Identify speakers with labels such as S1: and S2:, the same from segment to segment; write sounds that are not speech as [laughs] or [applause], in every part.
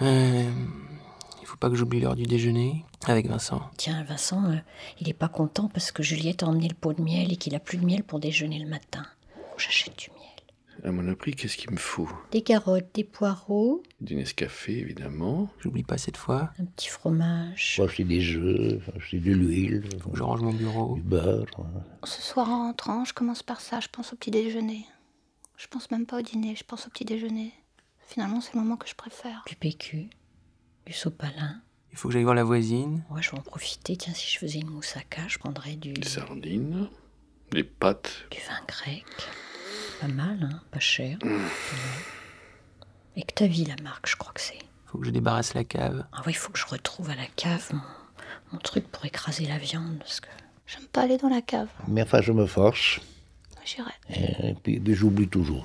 S1: Euh, il faut pas que j'oublie l'heure du déjeuner avec Vincent.
S2: Tiens, Vincent, euh, il est pas content parce que Juliette a emmené le pot de miel et qu'il a plus de miel pour déjeuner le matin. J'achète du miel.
S3: À mon appris, qu'est-ce qu'il me faut
S2: Des carottes, des poireaux,
S3: Du Nescafé, évidemment.
S1: J'oublie pas cette fois.
S2: un petit fromage.
S4: Moi, c'est des œufs, c'est de l'huile,
S1: Faut que je range mon bureau.
S4: du beurre. hein.
S5: Ce soir en rentrant, je commence par ça, je pense au petit déjeuner. Je pense même pas au dîner, je pense au petit déjeuner. Finalement, c'est le moment que je préfère.
S2: Du PQ, du sopalin.
S1: Il faut que j'aille voir la voisine.
S2: Moi, je vais en profiter. Tiens, si je faisais une moussaka, je prendrais du,
S3: Des
S2: du
S3: sardines. Des pâtes.
S2: vin grec. Pas mal, hein Pas cher. Et que ta vie, la marque, je crois que c'est.
S1: Faut que je débarrasse la cave.
S2: Ah oui, il faut que je retrouve à la cave mon, mon truc pour écraser la viande. Parce que...
S5: J'aime pas aller dans la cave.
S4: Mais enfin, je me force.
S5: J'irai.
S4: Et puis, puis j'oublie toujours.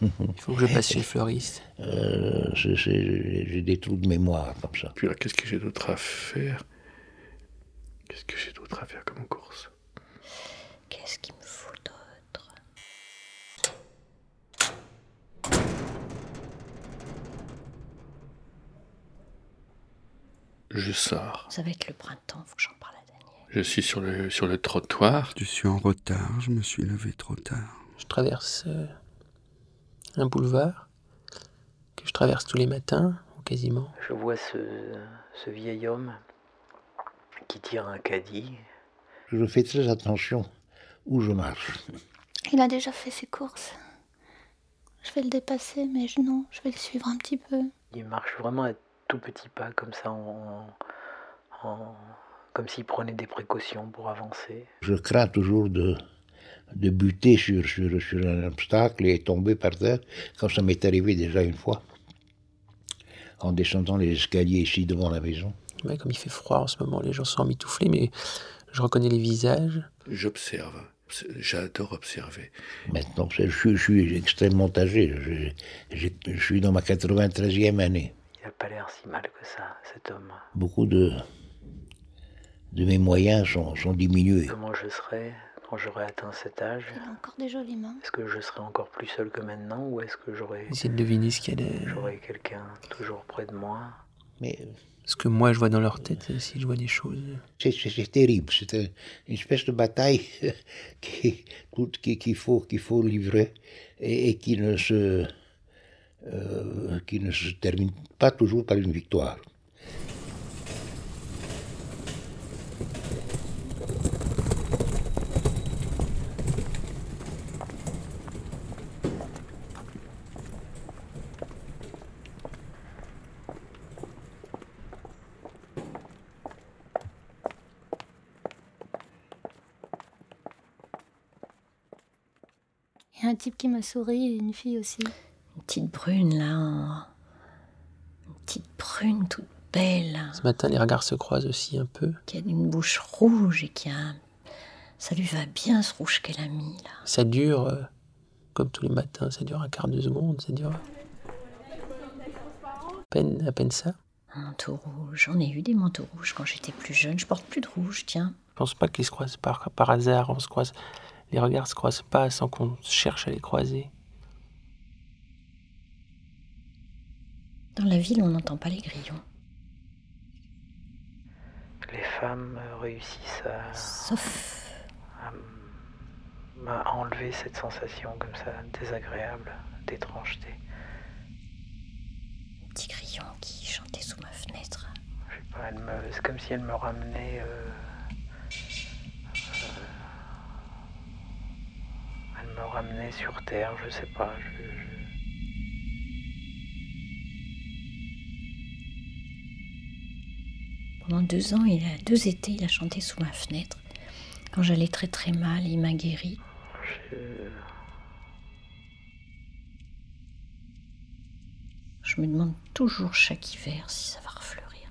S1: Il faut que je passe chez le fleuriste.
S4: Euh, c'est- c'est- J'ai des trous de mémoire comme ça.
S3: Puis là, qu'est-ce que j'ai d'autre à faire Qu'est-ce que j'ai d'autre à faire comme course
S2: Qu'est-ce qu'il me faut d'autre
S3: Je sors.
S2: Ça va être le printemps, faut que j'en parle à Daniel.
S3: Je suis sur le, sur le trottoir.
S6: Je suis en retard, je me suis levé trop tard.
S1: Je traverse euh, un boulevard que je traverse tous les matins, ou quasiment.
S7: Je vois ce, ce vieil homme qui tire un caddie.
S4: Je fais très attention où je marche.
S5: Il a déjà fait ses courses. Je vais le dépasser, mais je- non, je vais le suivre un petit peu.
S7: Il marche vraiment à tout petits pas, comme ça, en, en- comme s'il prenait des précautions pour avancer.
S4: Je crains toujours de, de buter sur, sur, sur un obstacle et tomber par terre, comme ça m'est arrivé déjà une fois, en descendant les escaliers ici devant la maison.
S1: Ouais, comme il fait froid en ce moment, les gens sont emmitouflés, mais je reconnais les visages.
S3: J'observe. C'est- J'adore observer.
S4: Maintenant, c'est- je, suis- je suis extrêmement âgé, je, je- je suis dans ma 93e année.
S7: Il n'a pas l'air si mal que ça, cet homme.
S4: Beaucoup de, de mes moyens sont, sont diminués.
S7: Comment je serai quand j'aurai atteint cet âge
S5: Il a encore des jolies mains.
S7: Est-ce que je serai encore plus seul que maintenant ou est-ce que j'aurai
S1: J'essaie de deviner ce qu'il y a de-
S7: j'aurai quelqu'un toujours près de moi
S4: Mais
S1: ce que moi je vois dans leur tête, et si je vois des choses.
S4: C'est- C'est c'est terrible, c'est un- une espèce de bataille [laughs] qui- toute- qui- qu'il faut, qu'il faut livrer et, et qui, ne se, euh, qui ne se termine pas toujours par une victoire.
S5: Il y a un type qui me sourit et une fille aussi.
S2: Une petite brune, là. en- Une petite brune toute belle, hein,
S1: Ce matin, les regards se croisent aussi un peu.
S2: qui a une bouche rouge et qui a. un- Ça lui va bien, ce rouge qu'elle a mis, là.
S1: Ça dure, euh, comme tous les matins, ça dure un quart de seconde, ça dure. À peine, à peine ça.
S2: Un manteau rouge. J'en ai eu des manteaux rouges quand j'étais plus jeune. Je porte plus de rouge, tiens.
S1: Je pense pas qu'ils se croisent par, par hasard, on se croise. Les regards se croisent pas sans qu'on cherche à les croiser.
S2: Dans la ville, on n'entend pas les grillons.
S7: Les femmes réussissent à,
S2: Sauf.
S7: à enlever cette sensation comme ça désagréable d'étrangeté.
S2: les petits grillons qui chantaient sous ma fenêtre.
S7: Je sais pas, elle me- c'est comme si elle me ramenait euh, euh, elle me ramenait sur terre, je sais pas, je- je-
S2: Pendant deux ans, il a deux étés, il a chanté sous ma fenêtre. Quand j'allais très très mal, il m'a guéri. Je me demande toujours chaque hiver si ça va refleurir.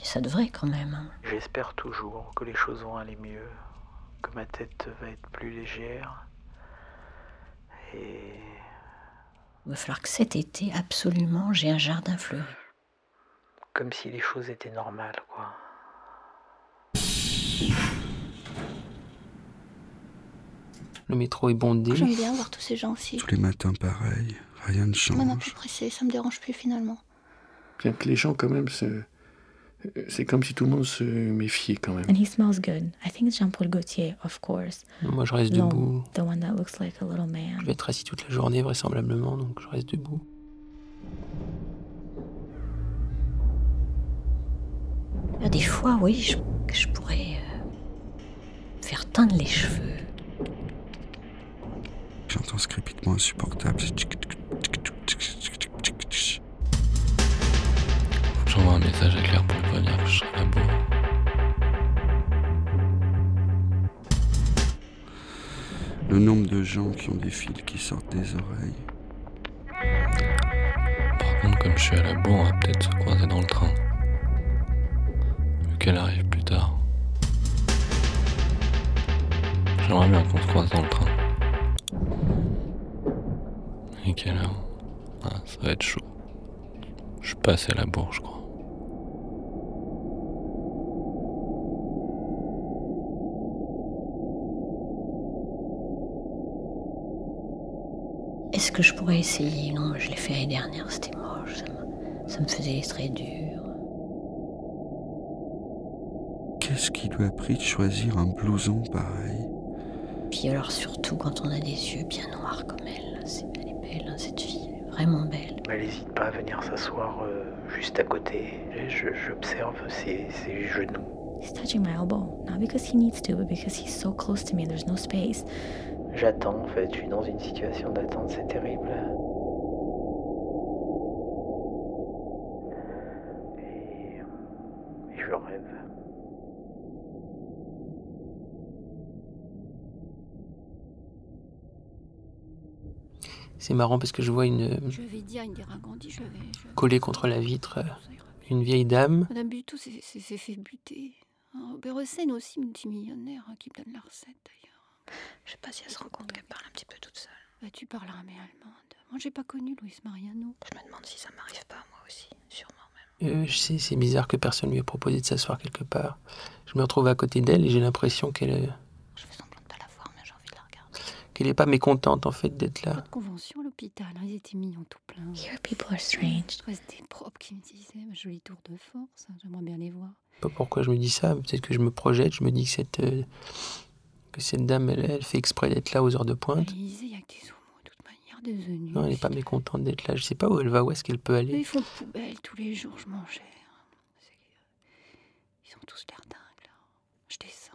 S2: Et ça devrait quand même. hein.
S7: J'espère toujours que les choses vont aller mieux, que ma tête va être plus légère. Et
S2: Il va falloir que cet été, absolument, j'ai un jardin fleuri.
S7: comme si les choses étaient normales, quoi.
S1: Le métro est bondé.
S5: J'aime bien voir tous ces gens aussi.
S6: Tous les matins pareil, rien ne
S5: Même un peu
S6: change.
S5: pressé, ça me dérange plus finalement.
S3: Bien que les gens, quand même, se... c'est comme si tout le monde se méfiait, quand même.
S8: And he smells good. I think it's Jean Paul Gaultier, of course.
S1: Moi, je reste
S8: Long.
S1: debout.
S8: The one that looks like a little
S1: Je
S8: man.
S1: vais être assis toute la journée, vraisemblablement, donc je reste debout.
S2: Il y a des fois, oui, je, que je pourrais euh, faire teindre les cheveux.
S6: J'entends ce crépitement insupportable.
S9: Faut que j'envoie un message à Claire pour lui prévenir que je serai là-bas.
S6: Le nombre de gens qui ont des fils qui sortent des oreilles.
S9: Par contre, comme je suis à la bourre, on va peut-être se croiser dans le train. Vu qu'elle arrive plus tard. J'aimerais bien qu'on se croise dans le train. Et quelle heure Ah, ça va être chaud. Je suis passé à la bourre, je crois.
S2: Est-ce que je pourrais essayer Non, je l'ai fait l'année dernière, c'était moche. Ça me, ça me faisait très dur.
S6: Qu'est-ce qui lui a pris de choisir un blouson pareil
S2: Puis alors, surtout quand on a des yeux bien noirs comme elle. C'est, elle est belle, hein, cette fille. Elle est Vraiment belle.
S7: Elle n'hésite pas à venir s'asseoire euh, juste à côté. Et je- J'observe ses, ses genoux.
S8: He's touching my elbow. Not because he needs to, but because he's so close to me and there's no space.
S7: J'attends, en fait. Je suis dans une situation d'attente, c'est terrible. Et, et je rêve.
S1: C'est marrant parce que je vois une
S5: Je vais dire à Indira Gandhi, je vais. je-
S1: collée contre la vitre, euh,
S5: Ça ira bien.
S1: une vieille dame.
S5: Madame Buteau s'est s'est- s'est fait buter. Hein, Robert Hossein aussi, multimillionnaire, hein, qui me donne la recette d'ailleurs.
S2: Je sais pas si
S5: elle se rend compte qu'elle
S2: parle un petit peu toute seule.
S5: Bah, tu parles armée allemande. Moi, j'ai pas connu Louise Mariano.
S2: Je me demande si ça m'arrive pas, moi aussi, sûrement.
S1: Euh, je sais, c'est bizarre que personne lui ait proposé de s'asseoir quelque part. Je me retrouve à côté d'elle et j'ai l'impression qu'elle euh,
S5: Je fais semblant de pas la voir, mais j'ai envie de la regarder.
S1: qu'elle est pas mécontente en fait d'être
S5: Pas
S1: là.
S5: de convention à l'hôpital, hein, ils étaient mis en tout plein.
S8: Here, people are strange.
S5: Ouais, c'était propre qui me disait, ma jolie tour de force, hein, j'aimerais bien les voir.
S1: Je sais Pas pourquoi je me dis ça. Peut-être que je me projette. Je me dis que cette euh, que cette dame, elle, elle fait exprès d'être là aux heures de
S5: Et
S1: pointe.
S5: il disait, il y a que des homos, de toute manière, des ennuis.
S1: Non, elle est pas mécontente d'être là. Je sais pas où elle va, où est-ce qu'elle peut
S5: Eux,
S1: aller.
S5: Ils font poubelle tous les jours, je mangeais. euh, Ils ont tous l'air dingues, là. Je descends.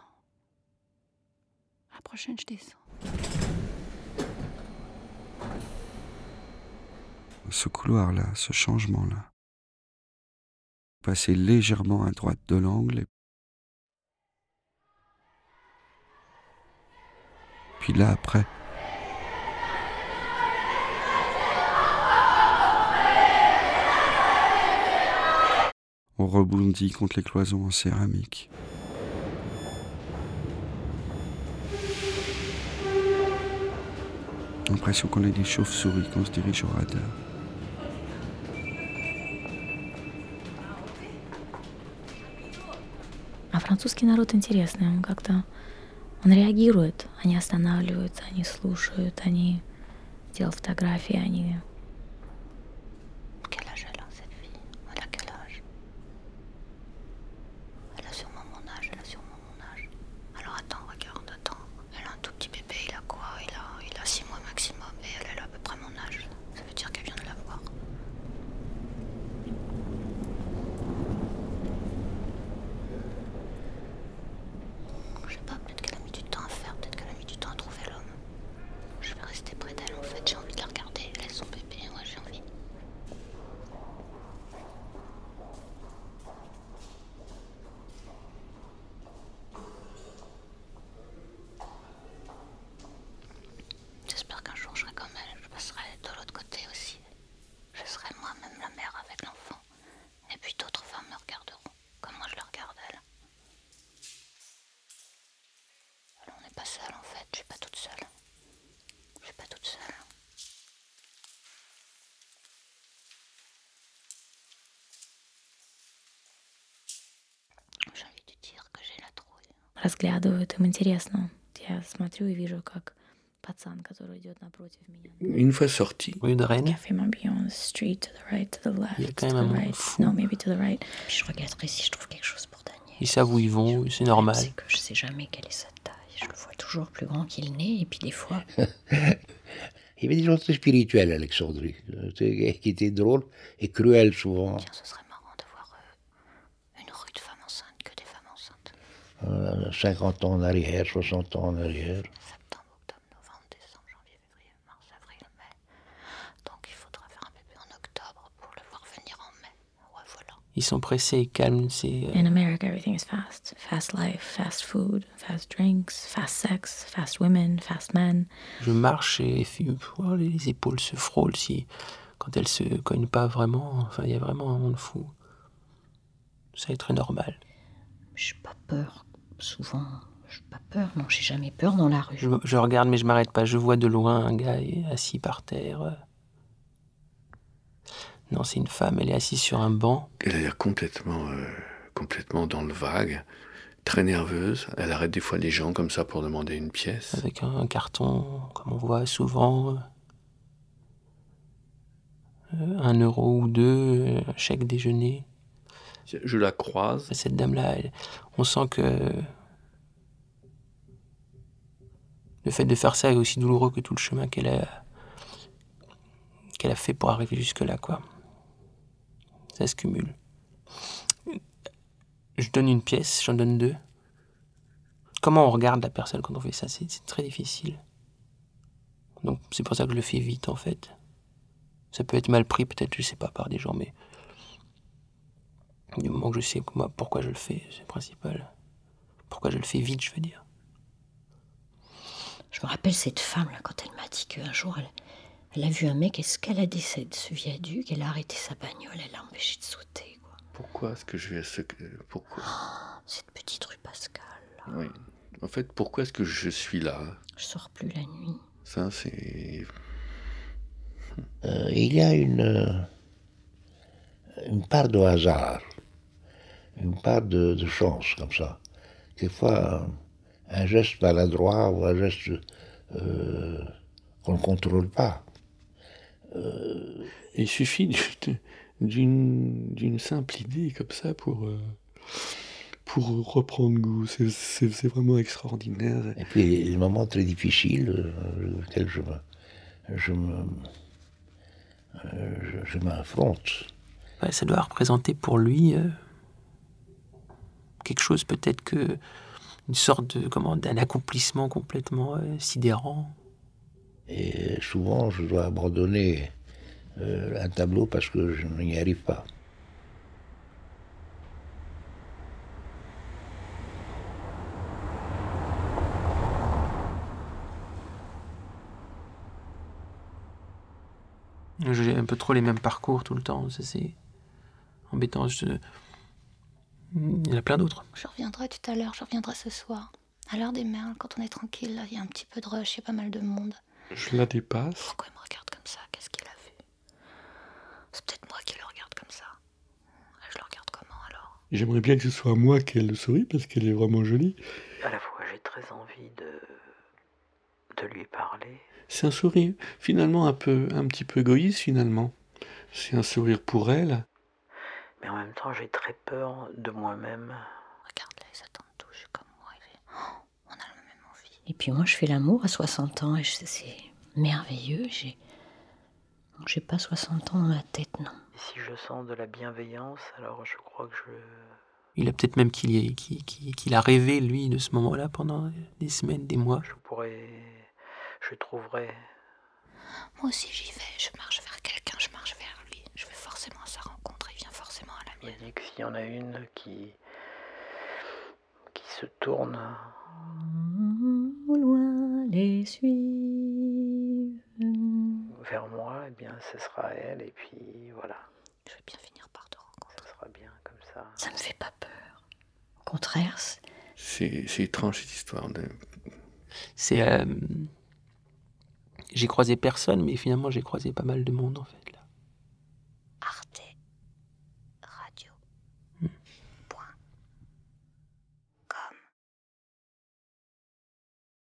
S5: La prochaine, je descends.
S6: Ce couloir-là, ce changement-là. Passer légèrement à droite de l'angle, et- puis là après. On rebondit contre les cloisons en céramique. L'impression qu'on est des chauves-souris, qu'on se dirige au radar.
S8: А французский народ интересный, он как-то... Он реагирует, они останавливаются, они слушают, они делают фотографии, они...
S5: Quel âge elle a, cette fille Elle a quel âge Elle a sûrement mon âge, elle a sûrement mon âge. Alors attends, regarde, attends. Elle a un tout petit bébé, il a quoi il a, il a six mois maximum, et elle, elle a à peu près mon âge. Ça veut dire qu'elle vient de l'avoir. Je sais pas, peut-être qu'elle a mis du temps à faire, peut-être qu'elle a mis du temps à trouver l'homme. Je vais rester près d'elle, en fait, j'ai envie de la regarder. Elle est son bébé, moi j'ai envie. J'espère qu'un jour je serai comme elle, je passerai de l'autre côté aussi. Je serai moi-même la mère avec l'enfant. Et puis d'autres femmes me regarderont, comme moi je la regarde elle. Alors on n'est pas seul en fait, je suis pas toute seule. Je suis pas toute seule. J'ai envie de dire que j'ai la trouille.
S8: разглядывают, им интересно. Я смотрю и вижу, как пацан, который идет напротив меня.
S6: Une fois sorti,
S1: Rue de Rennes,
S8: Café Mabillon, on the street, to the right, to the left,
S1: Il y a quand
S8: to
S1: même un
S8: the
S1: moment
S8: right.
S1: fou.
S8: No, maybe to the right.
S2: Puis je regarderai si je trouve quelque chose pour Daniel.
S1: ils savent où ils vont, c'est normal.
S2: C'est que je sais jamais quelle est sa taille. Je le vois toujours plus grand qu'il n'est, et puis des fois,
S4: Il y avait des gens très spirituels à Alexandrie, euh, c'est- qui étaient drôles et cruels souvent.
S5: Tiens, ce serait marrant de voir euh, une rue de femmes enceintes, que des femmes enceintes.
S4: Euh, 50 ans en arrière, 60 ans en arrière.
S5: Septembre, octobre, novembre, décembre, janvier, février, mars, avril, mai. Donc il faudra faire un bébé en octobre pour le voir venir en mai. Ouais, voilà.
S1: Ils sont pressés, calmes, c'est... euh,
S8: In America, everything is fast. Fast life, fast food, fast drinks, fast sex, fast women, fast men.
S1: Je marche et fais- oh, les épaules se frôlent si quand elles se cognent pas vraiment. Enfin, il y a vraiment un monde fou. Ça est très normal.
S2: je n'ai pas peur. Souvent, je n'ai pas peur. Non, j'ai jamais peur dans la rue.
S1: Je, je regarde mais je m'arrête pas. Je vois de loin un gars est assis par terre. Non, c'est une femme. Elle est assise sur un banc.
S3: Elle a l'air complètement, euh, complètement dans le vague, très nerveuse. Elle arrête des fois les gens comme ça pour demander une pièce.
S6: Ah
S1: avec un, un carton, comme on voit souvent, euh, euh, un euro ou deux, euh, un chèque déjeuner.
S3: Je la croise.
S1: Cette dame-là, elle- on sent que le fait de faire ça est aussi douloureux que tout le chemin qu'elle a, qu'elle a fait pour arriver jusque-là, quoi. Ça se cumule. Je donne une pièce, j'en donne deux. Comment on regarde la personne quand on fait ça C'est c'est très difficile. Donc c'est pour ça que je le fais vite en fait. Ça peut être mal pris peut-être, je sais pas, par des gens, mais du moment que je sais que moi, pourquoi je le fais, c'est le principal. Pourquoi je le fais vite, je veux dire.
S2: Je me rappelle cette femme, là, quand elle m'a dit qu'un jour, elle, elle a vu un mec escalader cette- ce viaduc, elle a arrêté sa bagnole, elle l'a empêché de sauter, quoi.
S3: Pourquoi est-ce que je vais à ce... Pourquoi
S2: Cette petite rue Pascal, là.
S3: Oui. En fait, pourquoi est-ce que je suis là
S2: Je sors plus la nuit.
S3: Ça, c'est...
S4: Euh, il y a une, euh, une part de hasard, une part de, de chance comme ça. Des fois, un, un geste maladroit ou un geste euh, qu'on ne contrôle pas.
S6: il suffit d'une- d'une d'une simple idée comme ça pour, euh, pour reprendre goût. C'est- C'est c'est vraiment extraordinaire.
S4: Et puis les- les moments très difficiles euh, auxquels je me, je me- euh, je- je m'affronte.
S1: Ouais, ça doit représenter pour lui euh, quelque chose peut-être que une sorte de comment d'un accomplissement complètement euh, sidérant.
S4: Et souvent, je dois abandonner euh, un tableau parce que je n'y arrive pas.
S1: J'ai un peu trop les mêmes parcours tout le temps, ça c'est embêtant. je- Il y en a plein d'autres.
S5: Je reviendrai tout à l'heure, je reviendrai ce soir. À l'heure des merles, quand on est tranquille, là, il y a un petit peu de rush, il y a pas mal de monde.
S6: Je la dépasse.
S5: Pourquoi il me regarde comme ça Qu'est-ce qu'il a vu C'est peut-être moi qui le regarde comme ça. Ah, Je le regarde comment alors
S6: J'aimerais bien que ce soit moi qu'elle le sourit parce qu'elle est vraiment jolie.
S7: À la fois, j'ai très envie de, de lui parler.
S6: C'est un sourire finalement un peu un petit peu égoïste finalement. C'est un sourire pour elle.
S7: Mais en même temps, j'ai très peur de moi-même.
S5: Regarde-la, il s'attend tout, je suis comme moi. il est- Oh, on a la même envie.
S2: Et puis moi, je fais l'amour à 60 ans, et je- c'est merveilleux. J'ai. J'ai pas 60 ans dans la tête, non.
S7: Et si je sens de la bienveillance, alors je crois que je,
S1: Il a peut-être même qu'il y ait- qu'il- qu'il- qu'il a rêvé lui de ce moment-là pendant des semaines, des mois.
S7: je pourrais. Je trouverais.
S5: Moi aussi, j'y vais, je marche vers quelqu'un, je marche vers lui. Je vais forcément à sa rencontre, il vient forcément à la
S7: Je me
S5: mienne.
S7: dis que s'il y en a une qui. qui se tourne.
S2: Au loin les suivent.
S7: vers moi, eh bien, ce sera elle, et puis voilà,
S5: Je vais bien finir par te rencontrer.
S7: ce sera bien comme ça.
S2: Ça me fait pas peur. Au contraire, c'est-
S3: C'est c'est étrange cette histoire. De...
S1: C'est. euh, J'ai croisé personne, mais finalement j'ai croisé pas mal de monde en fait.